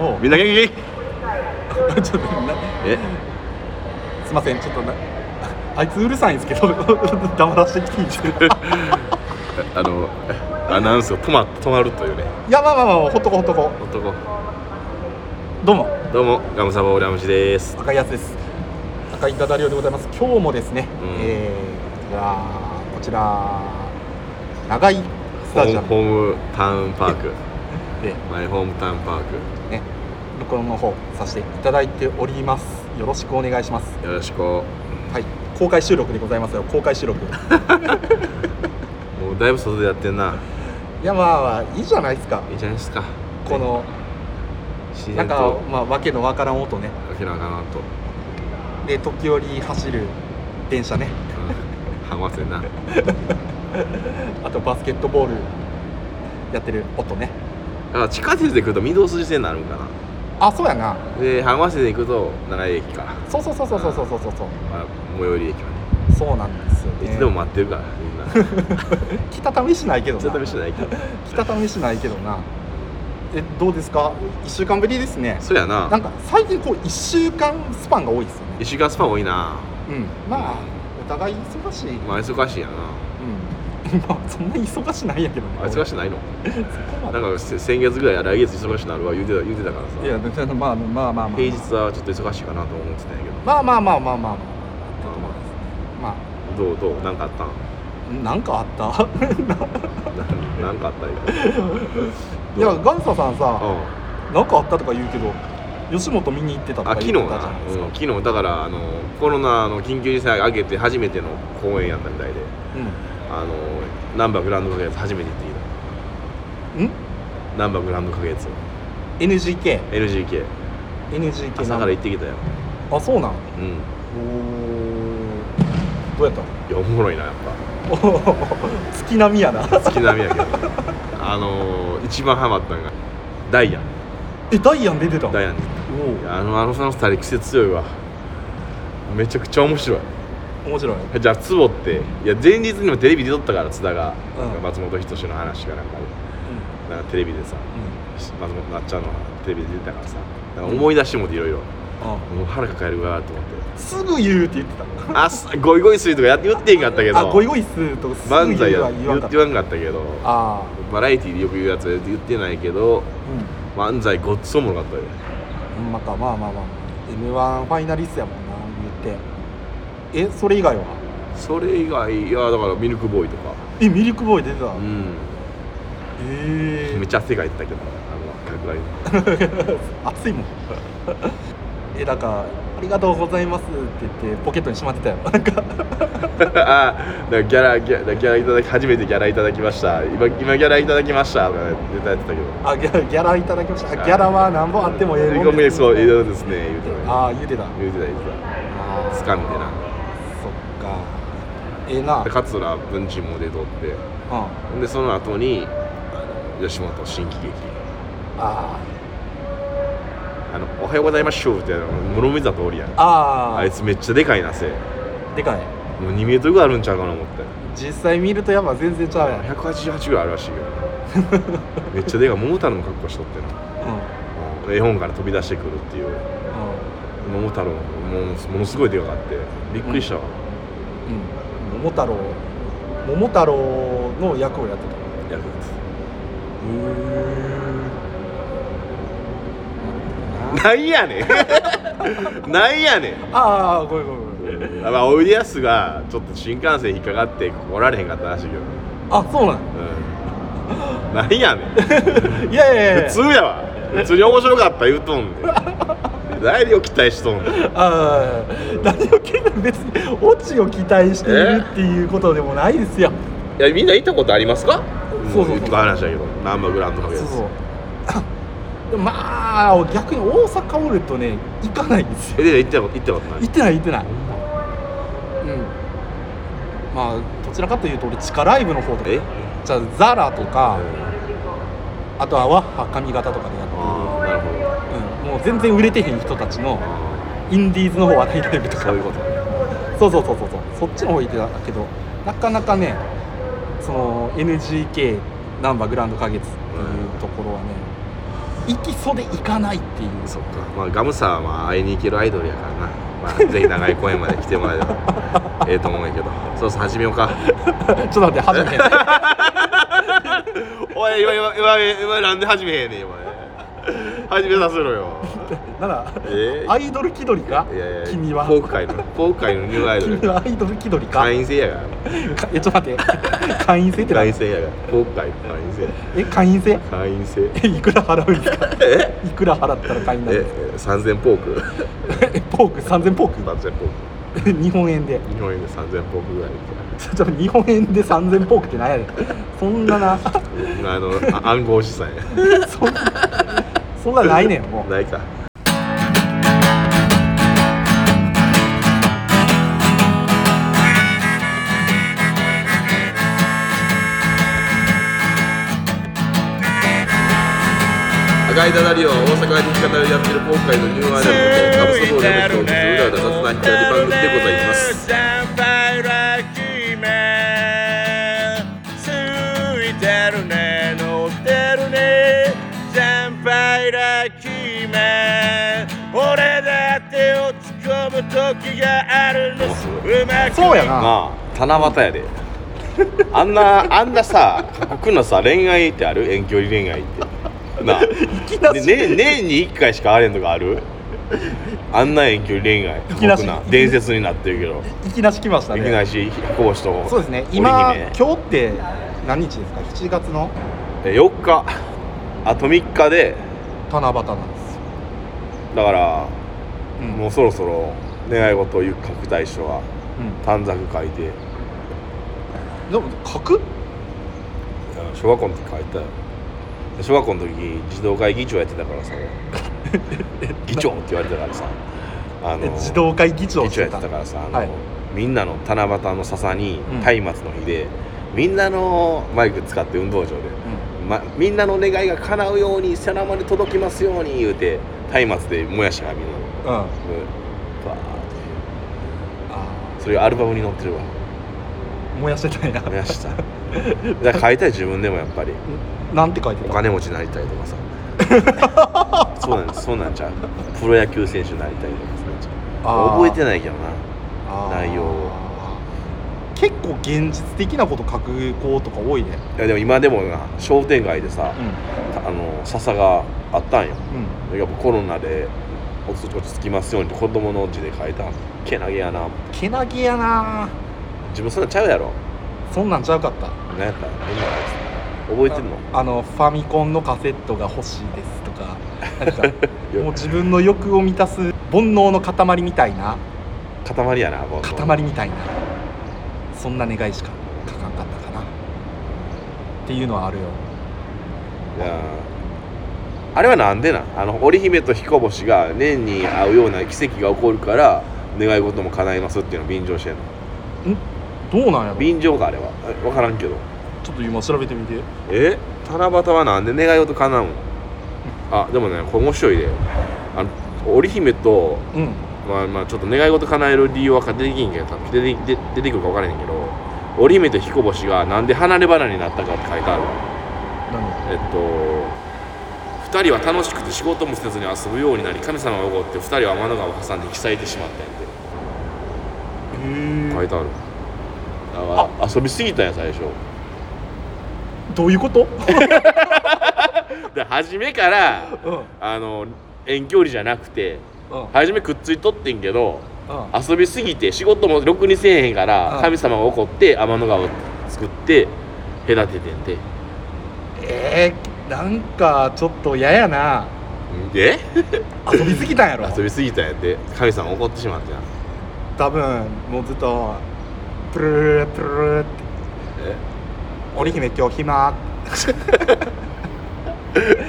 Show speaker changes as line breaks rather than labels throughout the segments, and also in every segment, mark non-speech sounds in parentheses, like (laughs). おう (laughs)
みんな元気
ちょっとな
え
すいませんちょっとな (laughs) あいつうるさいんですけど (laughs) 黙らせてきていいですか
あのアナウンスが止ま止まるというね
いやまあまあまあほっとこうほっとこ
男
うどうも
どうもガムサバオラムシです
赤いやつです赤いダダリオでございます今日もですね、
うん
えー、じゃあこちら長いス
ホ
タジ
ー
ア
ム
ム
ホームタウンパーク
で
マイホームタウンパーク
ね録音の方させていただいておりますよろしくお願いします
よろしくも
はい公開収録でございますよ公開収録
うだいぶ外でやってんない
やまあまあいいじゃないですか
いいじゃないですか
この
自
な
然
ん
と
か
わ
まあわけのわからん音ね
けなあかんなと、う
で時折走る電車ね
ん、ハマってんな (laughs)
あとバスケットボールやってる音ね
あ地下鉄で来ると御堂筋線になるんか
あそうやな
なで浜松で行くと長井駅か、
そうそうそうそうそうそうそうそうそ
まあ、最寄り駅はね
うそうなんですよ
い
ね
つでも待ってるからみん
(laughs)
なちょ
北試しないけど
っと
な
試してないけど
北試しないけどなえどうですか1週間ぶりですね
そうやな
なんか最近こう1週間スパンが多いですよね
1週間スパン多いな
うんまあお互い忙しいうん
まあ忙しいやな
まあそんな (laughs) 忙しないんやけどね
あ忙しないの
俺そこま
な
で
んかせ先月ぐらい来月忙しくなるわ言うてた言うてたからさ
いやでもまあまあまあまあ
平日はちょっと忙しいかなと思ってたんやけど
まあまあまあまあまあまあまあ
どうどうなんかあったん (laughs)
なんかあった
ななんかあったんや
いやガンサさんさ
う
なんかあったとか言うけど吉本見に行ってたと
ん、あ
か
昨
言
日
ってたじゃ
な
ない、で
う
すか
ん、昨日だからあのコロナの緊急事態明けて初めての公演やったみたいであの難波グランド花月初めて行ってき
うん、うん、
た難波グランド花月
NGK
NGK
NGK
朝から行ってきたよ
あそうなん
うんい
おーどうやった (laughs)
やおもろいなやっ
おー月並みやな (laughs)
ぱ月並みやけどあの一番ハマったんがダイアン
えダイアン出てた
ダイアン
お
い
ー
やあのあのあの二人癖強いわめちゃくちゃ面白い
面白い
じゃあツボっていや前日にもテレビで撮ったから津田が、
うん
なんか松本人志の話かなんかでなんかテレビでさ松本なっちゃんのテレビで出てたからさなんか思い出してもっていろいろ
あ
もう腹抱えるわと思って
すぐ言うって言ってた
あすゴイゴイスーとかやって言ってへんかったけど
あゴイゴイスーとすぐ
漫才
言
や
うは
って
言わ
言
ん
っ
かってた
言わんかったけど
あ
バラエティーでよく言うやつは言ってないけど
あ
漫才ごっつおもろかったよ
うんまあかまあまあまあ m 1ファイナリストやもんな言ってえそれ以外は
それ以外いやだからミルクボーイとか
えミルクボーイ出てた
うん
ええ
めっちゃ汗かいてたけどあの楽屋に
暑いもん (laughs) えなんか「ありがとうございます」って言ってポケットにしまってたよ (laughs) なんか
(laughs) あだからギャラギャラギャラいただき初めてギャラいただきました今今ギャラいただきましたとかねネタやってたけど
あギャラギャラいただきましたあギャラは何本あってもええ
振り
も
込
ん
みですそういい
ね
のですね言うてた
ああ言うてたあ
言うてた言うて
あ
た
そ
つ
っ
かみでな
かええな
で桂文治も出とって
あ
でその後にあの吉本新喜劇
あ
あの「おはようございましょう」ってあの諸見里おりやん
ああ
あいつめっちゃでかいなせも
でかいう
2メートルぐらいあるんちゃうかな思って
実際見るとやっぱ全然ちゃうやん、うん、
188ぐらいあるらしいよ (laughs) めっちゃでかい桃太郎の格好しとってな絵本から飛び出してくるっていう桃太郎もうものすごいでかかってびっくりしたわ、
うん、うん、桃太郎桃太郎の役をやってた
やる
へえ
なんやねん (laughs) なんやねん
ああごめんごめんごめん
あまあおいでやすがちょっと新幹線引っかかって来られへんかったらしいけど、
あそうなん
うん、なんやねん
いやいやいや
普通やわ普通に面白かった言うとんで誰を期待しとんねん
あー何を聞いても別にオチを期待しているっていうことでもないですよ
いやみんな行ったことありますか
そうそうそう
も言っとく話だけどナンバーグランドか
そ
け
う
です
そうでもまあ逆に大阪おるとね行かないんですよ
えで行ったこと行ったことない
行ってない行ってないうんまあどちらかというと俺地下ライブの方とか
え
じゃあザラと
あ
かあとはワッハ髪型とかでやってる
あーなるほど
うん、もう全然売れてへん人たちの
あ
インディーズの方はないライブと
ー
か
そういうことね
そうそうそうそうそうそっちの方行ってたけどなかなかねその NGK ナンバーグランド花月っていうところはね、行きそうで行かないっていう
そっかまあガムさんは会いに行けるアイドルやからな、 (laughs) まあ、ぜひ長い公園まで来てもらえれ (laughs) ばええと思うんやけどそうそう始めようか
ちょっと待って始めへん
(laughs) おい今今今今なんで始めへんねん今ね始めさせろよ
なら
え
アイドル気取りか
いやいや
君は
フォーク界のフォーク界のニューアイドル
君はアイドル気取りか
会員制やから
かえちょっと待って会員制って
会員
何
制やからフォーク界の会員制
え会員制
会員制
いくら払うんですか
え
いくら払ったら会員なんで
え3000ポーク (laughs)
すかポーク3000ポーク
3000ポー
日本円で
ク日本円で3000ポークぐらい
ちょ (laughs) ちょ日本円で3000ポークって何やねんそんなな
あのあ暗号資産や
そんなそんなないねんもう
ないか赤いダダリオは大阪に語りやってる今回のニューアイドルのガブソドーレの表現とうらうら雑談光番組でございます
俺だって落ち込む時があるのうまく
そうやな
なあ七夕やであんなあんなさ過酷なさ恋愛ってある遠距離恋愛ってなあ
きなし
でね年に1回しかあれんとかあるあんな遠距離恋愛過
きなし
酷な伝説になってるけど
いきなし来ました
行きな
ね
し講師と
そうですね
織姫
今今日って何日ですか7月の
え4日あと3日で
七夕なんですよ、
だから
うん
もうそろそろ願い事を書く大書は
う
短冊書いて
ん、でも書く
小学校の時書いたよ小学校の時児童会議長やってたから
(laughs)
さ議長って言われたからさあ
え自動会議長
議
し
長や
て
ってた
た
からさあの、
はい
みんなの七夕の笹に
うん
松明の日で、みんなのマイク使って運動場で、ま、みんなの願いが叶うように背中まで届きますように言うて松明で燃やしたからみんなの、
うん、うん、
うんバー
あ
って
あ
それがアルバムに載ってるわ
燃やしてたんや
燃やしただから買いたい自分でもやっぱり
なんて書いて
お
た
金持ちになりたいとかさそうなんそうなんちゃうプロ野球選手になりたいとかさなんちゃう覚えて
い
ないけどな内容を
結構現実的なこと書く子とか多いね
いやでも今でもな商店街でさ、
う
あの笹があったんよ
んうん
やっぱコロナで落ち落ち着きますようにって子供の字で書いたんけなげやな
けなげやな
自分そんなんちゃうやろ
そんなんちゃうかった
何やったんどんなやつ覚えてんの
あのファミコンのカセットが欲しいですとかなんかもう
(laughs) よ
自分の欲を満たす煩悩の塊みたいな
塊やなもう
塊みたいなそんな願いしか書かんかったかなっていうのはあるよ
いやあれはなんでなんあの織姫と彦星が年に会うような奇跡が起こるから願い事も叶えますっていうのを便乗してんの
どうなんやろち
便乗かあれはえ分からんけど
ょっと今調べてみて
え七夕はなんで願い事叶うのあでもねこれ面白いであの織姫と
うん
まあまあちょっと願い事叶える理由は出てきんけど多分出て出出てくるか分からへんけど織姫と彦星がなんで離れ離れになったかって書いてあるわ
何
えっと2人は楽しくて仕事もせずに遊ぶようになり神様が怒って2人は天の川を挟んで被災してしまったんやって書いてあるだから遊びすぎたんや最初
どういうこと、
で初めから
うんうん
あの遠距離じゃなくて初めくっついとってんけど
うん
遊びすぎて仕事もろくにせえへんから
うん
神様が怒って天の川を作って隔ててんて
えー、なんかちょっと嫌やな
で
遊びすぎたんやろ
(laughs) 遊びすぎたんやって神様怒ってしまってな
多分もうずっとプルルルプルルルって織姫今日暇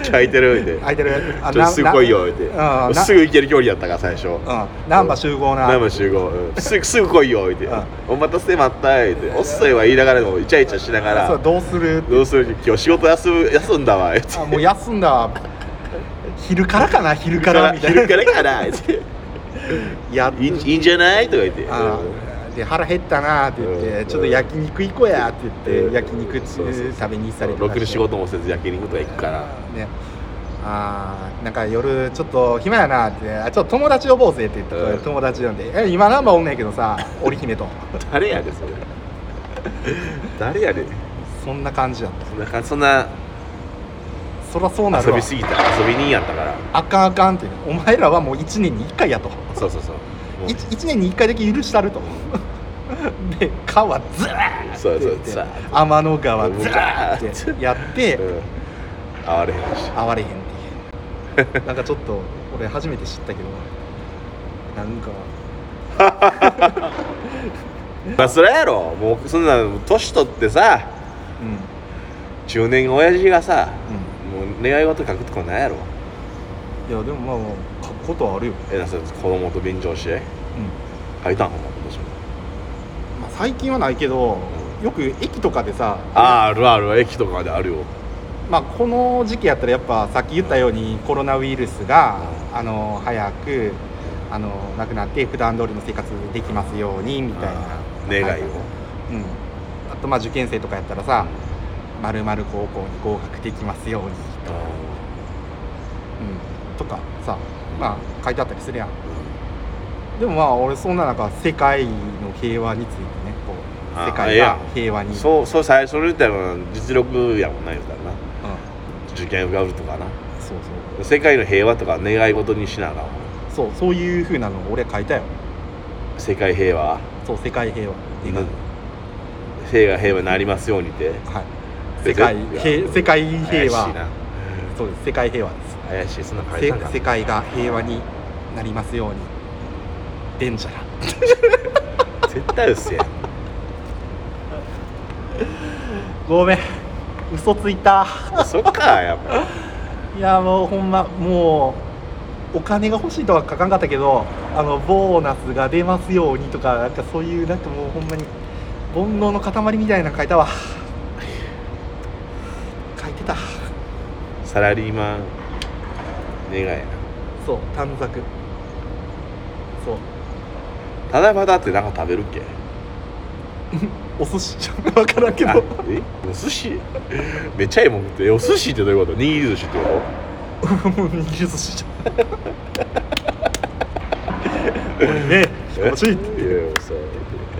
書いてるんで
空いてるあ
ちょっとすごいよ言
うんな
うてすぐ行ける距離やったから最初
うん難波集合な
生集合うんすぐすぐ来いよ言うて
うん
お待たせ待った言うて遅いは言いながらもイチャイチャしなが
そう
ら
どうする
どうする今日仕事休む休んだわ言うて
あもう休んだ昼からかな昼からみたいな
昼からかな言うて
やっ
いいんいいんじゃないとか言って
あで腹減ったなって言って、
うん
ちょっと焼肉行こうやって言って、
うん
焼肉つ
そうそうそう
食べに行ったりと
ろ
か
くに仕
事
事もせず焼肉とか行くから
ねあーなんか夜ちょっと暇やなってあちょっと友達呼ぼうぜって言ったら、
うん
友達呼んで「え今ナンバーおんねんけどさ織姫と
(laughs) 誰やでそれ誰やで」
そんな感じやった
そんなかそんな
そらそうなる
遊
わ
びすぎた遊び人やったから
あかんあかんってお前らはもう1年に1回やと
そうそうそうもう
1, 年に1回だけ許したると (laughs) で川ずらー
そうそ
って
う
言って
ずら
天の川ずらーってやって
うんああれへんし
会われへんっていう
(laughs)
なんかちょっと俺初めて知ったけどなんか
まあそれやろもうそんな年取ってさ
うんうん
中年親父がさもう恋愛事書くとこないやろ
いやでもまあまあ書くことはあるよ、
えなさ子供と便乗して
う
書いたんほんま今年も
んまあ、最近はないけどよく駅とかでさ
あーあるある駅とかであるよ
まあ、この時期やったらやっぱさっき言ったようにコロナウイルスがあの早くあのなくなって普段通りの生活できますようにみたいな
願いを
うん、あとまあ受験生とかやったらさ「まるまる高校に合格できますように」うん、とかさまあ書いてあったりするやんでもまあ俺そんな中世界の平和についてねこう
あ
世界
ええや
が
ん
平和に、うん、
そうそう最初の言ったら実力やもんないからな受験があるとかな
そう
世界の平和とか願い事にしなあかんわ
そうそうそういうふうなのを俺書いたよ
世界平和
そう世界平和
今世界平和になりますようにって
はい世界平世界平
怪しい
和
な
そうです世界平和で
怪しいそんな
す
書い
せ
たんか
世界が平和になりますようにデンジャラ
絶対嘘やん
ごめん嘘ついた
そっかやっぱ
いやもうほんまもうお金が欲しいとは書かんかったけどあのボーナスが出ますようにとかなんかそういうなんかもうほんまに煩悩の塊みたいなの書いたわ書いてた
サラリーマン願いやな
そう短冊そう
ただバタってなんか食べるっけ
お寿司わからんけ
あ
ど
えお寿司めっちゃいいもんってえお寿司ってどういうこと握り寿司ってこ
もう握り寿司じゃん俺ね
と
欲しいって
えいやいやそう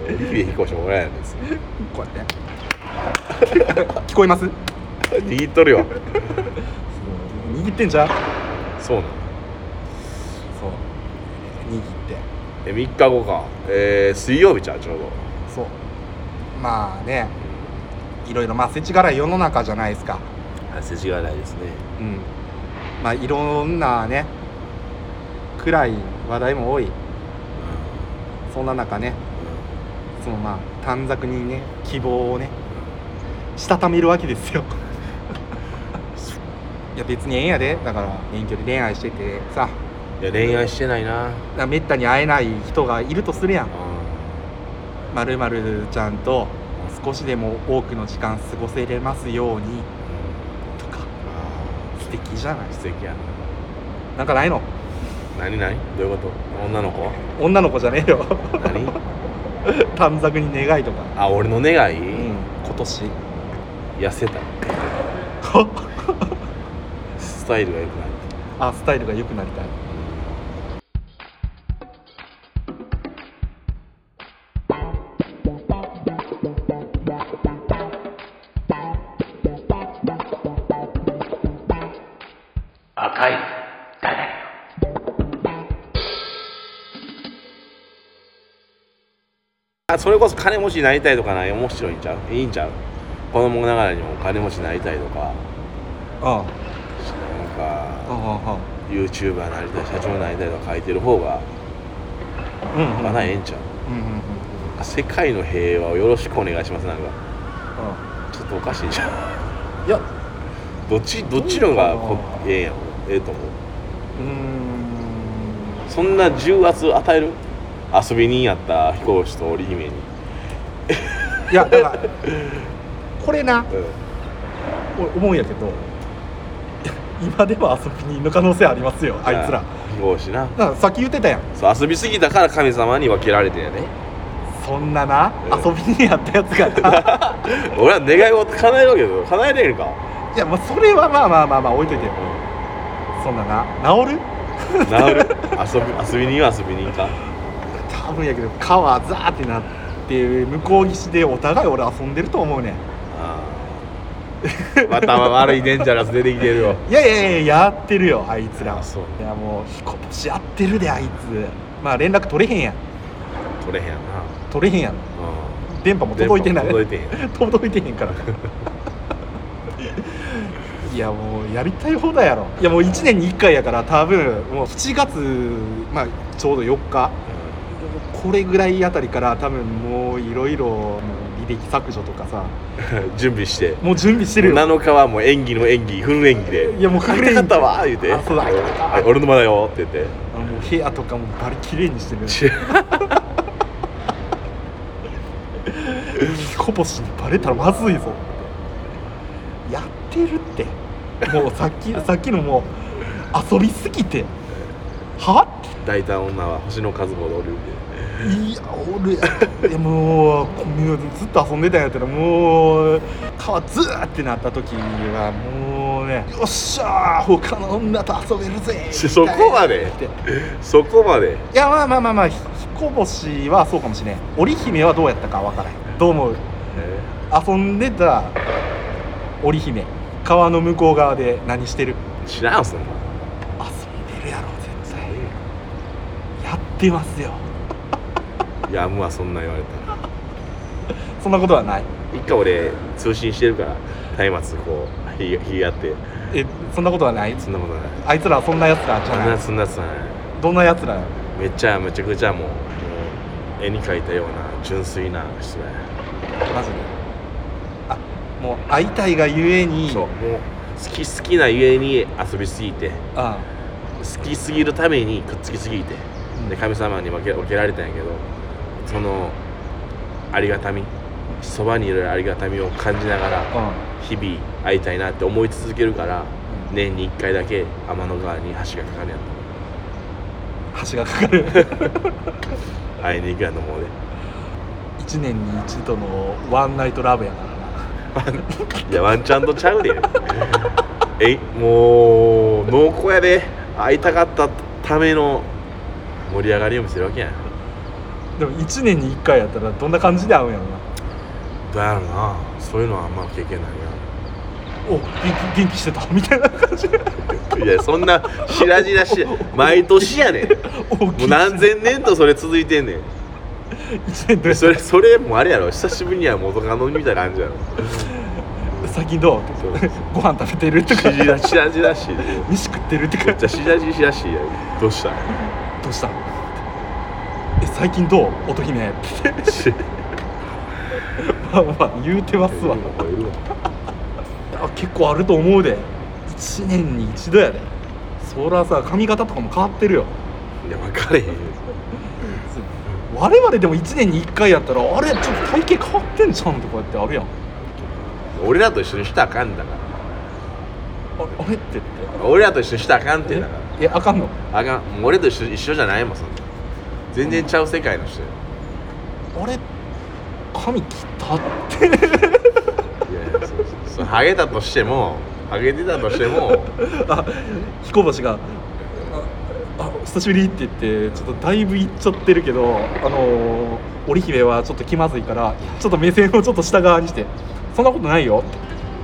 リビ引っ越してもらえないんですよ
こうやって聞こえます
握っとる (laughs) よ
握ってんじゃん
そうなの
そう握って
え3日後かえー、水曜日じゃんちょうど
そうまあねいろいろまあ世知辛い世の中じゃないですか
あ世知がないですね
うんまあいろんなね暗い話題も多いそんな中ねそのまあ短冊にね希望をねしたためるわけですよ (laughs) いや別にええんやでだから遠距離恋愛しててさ
いや恋愛してないな
めったに会えない人がいるとするやん
あ
まるまるちゃんと少しでも多くの時間過ごせれますようにとか素敵じゃない
素敵やな
なんかないの
何何どういうこと女の子
女の子じゃねえよ (laughs)
何
短冊に願いとか
あ俺の願い、
今年 (laughs)
痩せたい
は
スタイルが良くなっ
あスタイルが良くなりたい
赤い
たあそれこそ金持ちになりたいとかない面白いんちゃういいんちゃう子供ながらにも金持ちになりたいとか
あ
なん
あ
か
あ
YouTuber になりたい社長になりたいとか書いてる方が
あうんうん
まだええんちゃう
うんうんうん
世界の平和をよろしくお願いしますなんか
あ
ちょっとおかしいんちゃ
いやう
うどっちどっちの方がこ
うん
ええんやろええと思う
ーん
そんな重圧与える遊び人やった飛行士と織姫に、
いやだからこれな
うん
俺思うんやけど今では遊び人の可能性ありますよあいつら
飛行士な
だからさっき言ってたやん
そう遊びすぎたから神様に分けられてんやね
そんなな
うん
遊び人やったやつがな
(laughs) 俺は願いを叶えるけど叶えれるか
いやまあそれはまあまあまあまあ置いといてよそんなな治る
なる
(laughs)
遊び遊びには遊びにか
多分やけど川ザーってなって向こう岸でお互い俺遊んでると思うねん
あーまた悪いデンジャラス出てきてるよ
いやいやいややってるよあいつら
あそう
いやもう彦星やってるであいつまあ連絡取れへんやん
取れへんやんな
取れへんやん
う
電波も届いてない
電波も届いて
(laughs) 届いてへんからいやもうやりたい放題やろいやもう1年に1回やから多分もう7月、まあ、ちょうど4日これぐらいあたりから多分もういろいろ履歴削除とかさ
ん (laughs) 準備して
もう準備してるよ
7日はもう演技の演技フル演技で
いやもう
かかったわ言うて
あそうだ
はいはい俺のまだよって言って
あのもう部屋とかもバリ綺麗にしてる
ち
ヒ (laughs) コポシにバレたらまずいぞやってるってもうさっきさっきのもう遊びすぎては
大胆女は星の数ほどおるんで
いや俺い (laughs) やもうこんなずっと遊んでたんやったらもう川ずーってなった時はもうねよっしゃー他の女と遊べるぜ
しそこまで
って
そこまで
いやまあまあまあまあひ彦星はそうかもしれん織姫はどうやったかわからへんどう思う遊んでた織姫川の向こう側で何してる
知らんそんな
遊んでるやろ絶対やってますよ
いやむわそんなん言われたら
そんなことはない
一回俺通信してるから松明こう火火やって
えそんなことはない
そんなことない
あいつらはそんなやつらじ
そ
ゃ
ん
な
ないそんなそんな
どんなやつらよ
めっちゃめちゃくちゃもうもう絵に描いたような純粋な人や
マジであもう会いたいがゆえに
そうもう好き好きなゆえに遊びすぎて
あ
好きすぎるためにくっつきすぎて
うん
で神様に分け分けられたんやけどそのありがたみそばにいるありがたみを感じながら
うん
日々会いたいなって思い続けるから
うん
年に1回だけ天の川に橋がかかるやん
橋がかかる (laughs)
会いに行くやんのもう (laughs) ね
一年に一度のワンナイトラブやからない
やワンチャンとちゃうで (laughs) えもう濃厚やで会いたかったための盛り上がりを見せるわけやん
でも一年に一回やったらどんな感じで会うんやろな
どうやろうなそういうのはあんま経験ない
お元気元気してたみ (laughs) たいな感じで
ないやそんなしらじらし毎年やねん
お
もう何千年とそれ続いてんねん
一年どう
で
や
それそれもあれやろ久しぶりには元カノみたいな感じやろ
最近どう
そう
ご飯食べてると
(laughs)
か
しらしらじらしい
飯食ってると
め
か
っちゃしらじしらしいやんどうした
どうしたえ最近どう乙姫って (laughs)
し
まあまあ言うてますわ
超えるわ
あ結構あると思うで1年に一度やでそらさ髪型とかも変わってるよ
いや分かれへんよ
我々でも1年に1回やったらあれちょっと体型変わってんじゃんとかってあるやんあ
俺らと一緒にしたらあかんだか
あれってって
ら俺らと一緒にしたらあかんってだか
ええあかんの
らあかんもう俺と一緒一緒じゃないもんそんな全然ちゃう世界の人や
あれ髪切ったって
いやいやそうそうそうハゲたとしてもハゲてたとしても
(laughs) あ彦星が「ああ久しぶり」って言ってちょっとだいぶ行っちゃってるけどあのー織姫はちょっと気まずいからちょっと目線をちょっと下側にして「そんなことないよ」って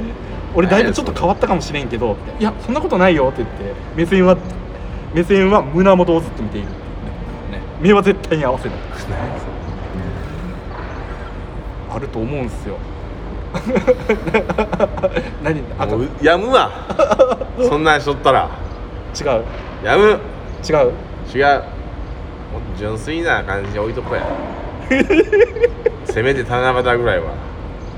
「俺だいぶちょっと変わったかもしれんけど」いやそんなことないよ」って言って目線は目線は胸元をずっと見ている、ね、目は絶対に合わせないあると思うん (laughs) すよ何あか
も
ん違
うやむわそんなんしとったら
う
やむ違う
違う
もっと純粋な感じで置いと
(laughs)
こやせめて七夕ぐらいは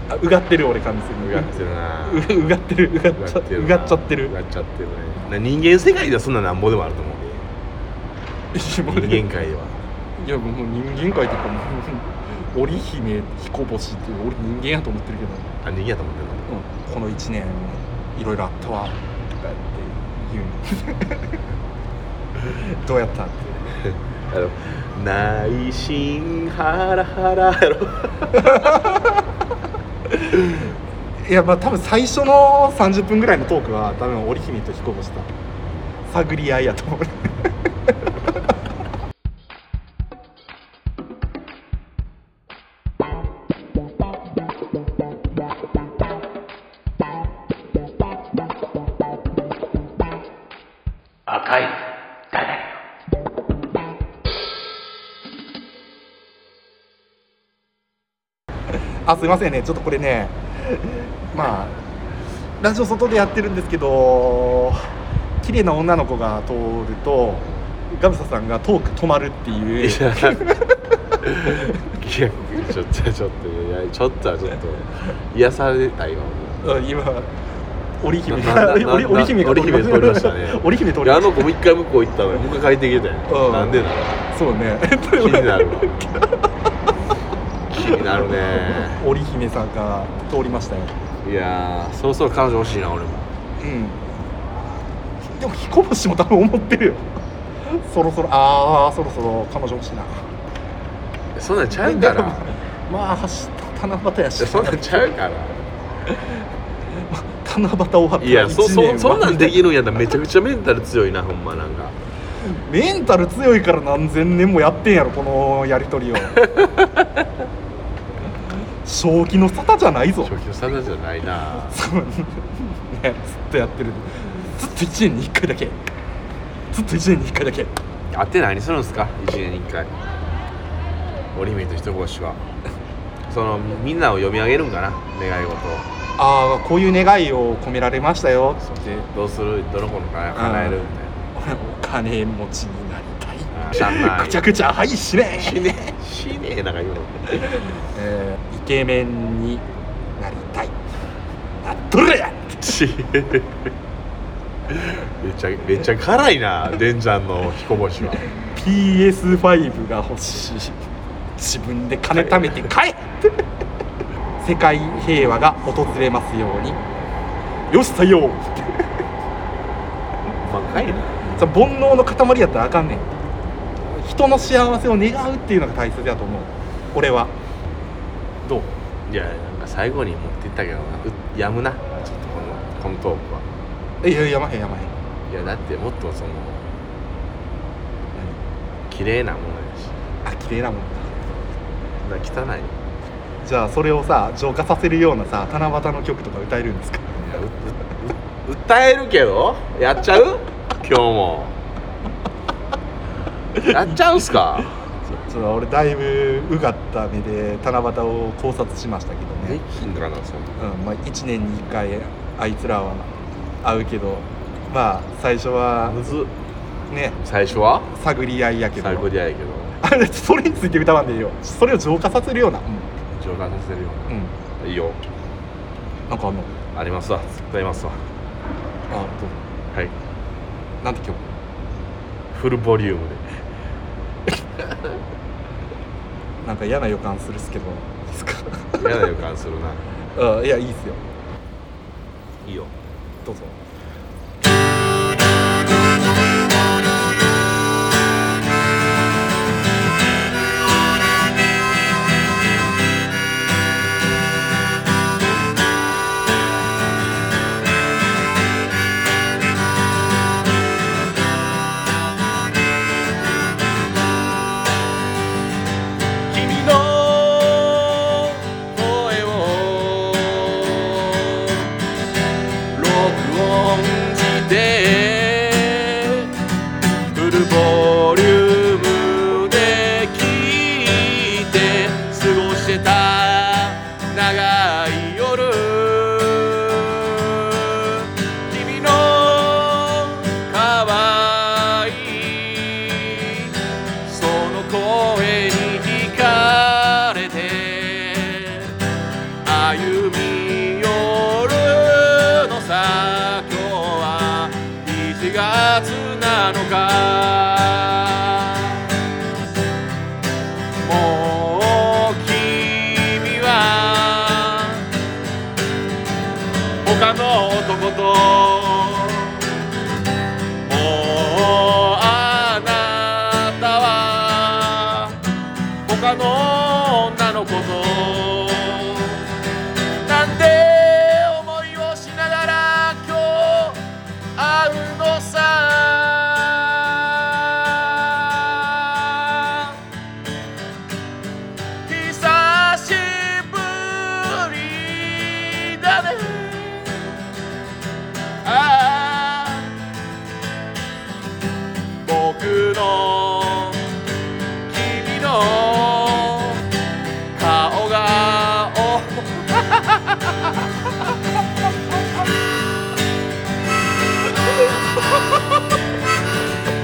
あうがってる俺完全に
うがってるな
ううがってるうがっちゃうがっちゃってる
うがっちゃってるねな人間世界ではそんななんぼでもあると思う
(laughs)
で人間界ではい
やもう人間界というかもう織姫彦星っていう俺人間やと思ってるけど、
あ人間やと思ってる
この1年いろいろあったわとかって言うどうやったって
あの内心ハラハラやろ
いやまあ多分最初の30分ぐらいのトークは多分織姫と彦星だ探り合いやと思う
赤いダダ
あすいませんねちょっとこれねまあラジオ外でやってるんですけど綺麗な女の子が通るとガブサさんがトーク止まるっていう
いやいやちょっとちょっといやいやちょっとはちょっ
(laughs)
と癒された今
うん今織姫
なな
が
なな
織織姫が
織姫通りましたね
織姫通り
俺あ
まし
の子も一回向こう行ったのにもう一回帰ってきてたよ、
うん
なんでなの
たそうね
気 (laughs) になるわ気になるね
織姫さんが通りましたよ
いやーそろそろ彼女欲しいな俺も
うんでも彦星も多分思ってるよそろそろああそろそろ彼女欲しいな
そんなんちゃうから
まあ走った七夕や
い
し
やそんなんちゃうから
七夕終わったら
いやそ
一
そ
年
そんなんできるんやったらめちゃくちゃメンタル強いなほんまなんか
(laughs) メンタル強いから何千年もやってんやろこのやり取り
(laughs)
を正気の沙汰じゃないぞ
初級サタじゃないな
(laughs) そうねずっとやってるずっと1年に1回だけずっと1年に1回だけ
あって何するんすか一年に1回織姫と人越しはそのみんなを読み上げるんかな願い事を
ああこういう願いを込められましたよっつって
どうするどの子のかな叶えるみたい
俺お金持ちになりたい
なあーなんなん
ぐちゃぐちゃはいしね
死ね死ねえなんか言うの
えーイケメンになりたいなっとる
(laughs)
や
ちめっちゃめっちゃ辛いなデンちゃんの彦星は
PS5 が欲しい自分で金貯めて買え世界平和が訪れますようによしさよう
若いな
その煩悩の塊やったらあかんねん人の幸せを願うっていうのが大切やと思う俺はどう
いやなんか最後に持っていったけどなうやむなちょっとこのこのトークは
えいややまへんやまへん
いやだってもっとその綺麗なものやし
あ綺麗なもんだ
そんな汚いい
じゃあそれをさ浄化させるようなさ七夕の曲とか歌えるんですか
やううう訴えるけどやっちゃう今日もやっちゃうんすか
それは俺だいぶうがった目で七夕を考察しましたけど
で
ね、
きんかなそんな
うんまあ、1年に1回あいつらは会うけどまあ最初は
むずっ
ね
最初は
探り合いやけど
最高でややけど
(laughs) あれそれについて歌わんでいいよそれを浄化させるようなう
浄化させるよ
ん、うん、
うないいよ
なんかあの
ありますわ絶対いますわ
あどう
はい
なんて今日
フルボリュームで
なんか嫌な予感するっすけどいいですか (laughs)
嫌な予感するな
うんいやいいっすよ
いいよ
どうぞ
君の声を録音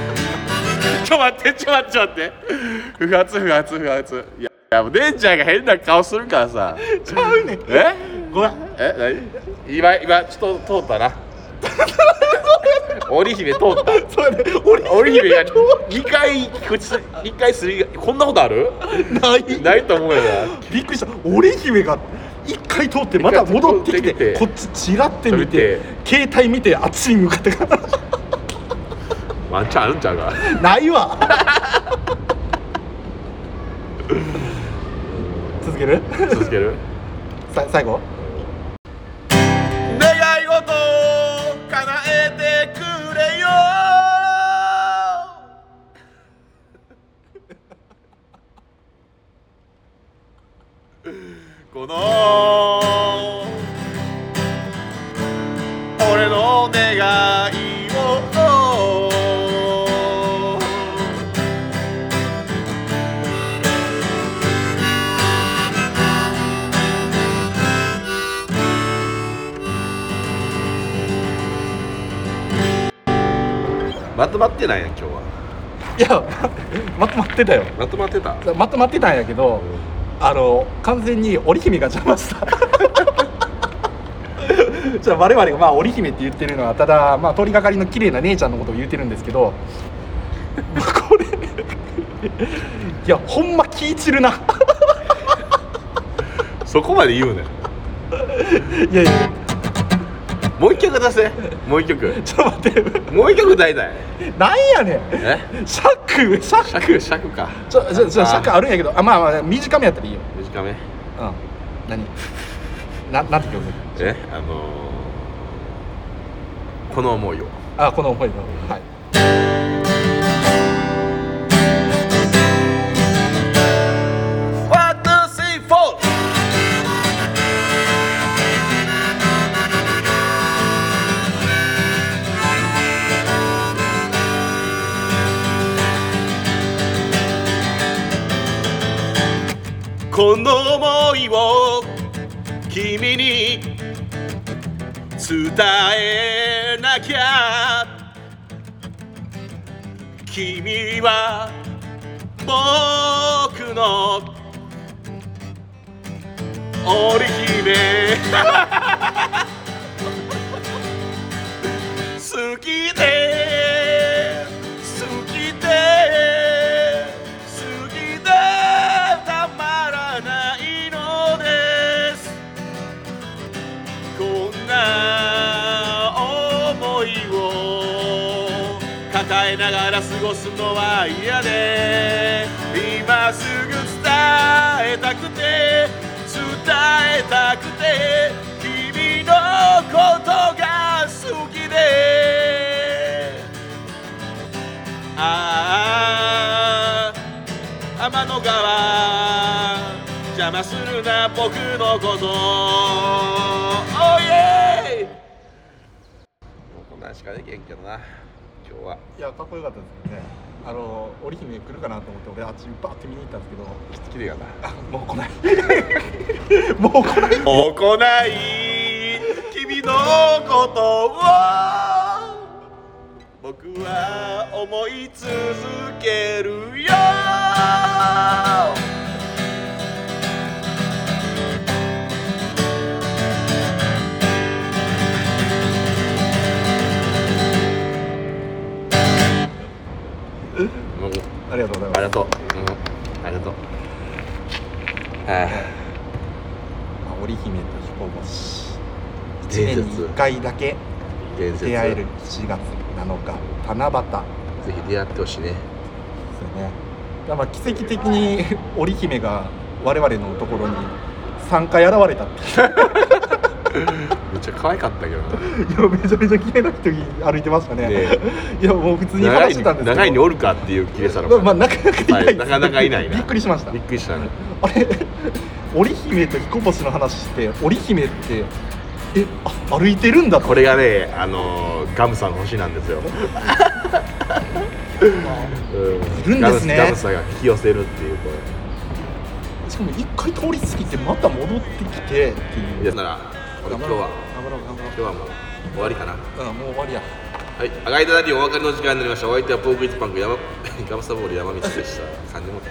待ってちょっと待ってちょっと待って不発不発不発いやいやもうデンちゃんが変な顔するからさ
ちゃうねん
え
ごめん
え何今今ちょっと通ったな織姫通った
それで俺
織姫が2回菊池2回すりこんなことある
ない
ないと思うよ
びっくりした俺姫が一回通ってまた戻ってき
一回通ってき
て
て
こっちちらって見
ちょ
て
っと
携帯見てあっちに向かってから
なワンチャンあるんちゃうか
ないわ続ける
続ける
さ最後
願い事を叶えてくれよ (laughs) この俺の願いを
まとまってないやん今日はい
やまとまってたよ
まとまってた
まとまってたんやけどあの完全に織姫が邪魔したじゃあ我々がまあ織姫って言ってるのはただまあ通りがかりの綺麗な姉ちゃんのことを言ってるんですけどまあこれいやほんま気い散るな
そこまで言うねん
いやいや
もう一曲出せもう一曲
ちょっと待って
もう一曲歌いたい
なんやねん
え
シャックシャッ
尺
ク
尺か
ちょちょちょシャックあるんやけどあまあまあ短めやったらいいよ
短め
うん何 (laughs) ななんて曲
えあのー、この思いを
あこの思いがはい
ワン、ツー、スリー、フォー。この想いを君に伝えなきゃ君は僕の織姫好きで好きで好きでたまらないのですこんな思いを抱えながら過ごすのは嫌で今すぐ伝えたくて伝えたくて君のことが好きでああ天の川邪魔するな僕のことおいえい
こんなんしかできへんけどな今日はい
やかっこよかったですけどねあの織姫来るかなと思って俺あっちバーって見に行ったんですけど
きつきでがな
あもう来ないもう来ない
行い
(laughs)
君のことを僕は思い続けるよ
もう
ありがとうご
あ
ざ
りが
います
とう、うん、ありがとうあ
まあ織姫と彦星1
伝
年
説
に1回だけ
ー伝説
出会える7月7日七夕
ぜひ出会ってほしいね
ですよねだからまあ奇跡的に織姫が我々のところに3回現れたって
めっちゃ可愛かったけどな
いういやめちゃめちゃ綺麗な人歩いてましたね
ね
(laughs) いやもう普通に
長
話
いに
してたんですけど
長いにおるかっていう切れさの
まあ、まあなかなかいない
は
です
いなかなかいないな
びっくりしました
びっくりしたね
あれ織姫と彦星の話して織姫ってえあ歩いてるんだと
これがねあのーガムさんの星なんですよ、う
いるんですね
ガムガムさんが引き寄せるっていうこ
しかも一回通り過ぎてまた戻ってきてって
れ
い
いうやなら俺今日は
頑張ろう頑張ろう
今日はもう終わりかな
うんもう終わりや
はい、あがいただきお別れの時間になりました。お相手はポークイズパン
(laughs)
ク山ガムサボール山道でした。三年も経っ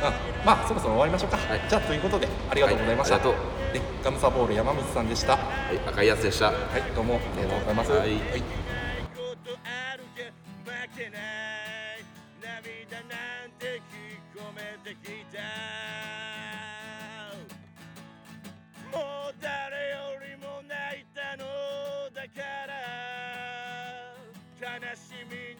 た。
うんまあそろそろ終わりましょうか、
はい
じゃあということでありがとうございました、
はいありがと
ねガムサボール山水さんでしたは
はい、赤いやつでした。はい
どうもありがとうございます、
はい
ことあるけど負けない涙なんて引っ込めてきたもう誰よりも泣いたのだから悲しみ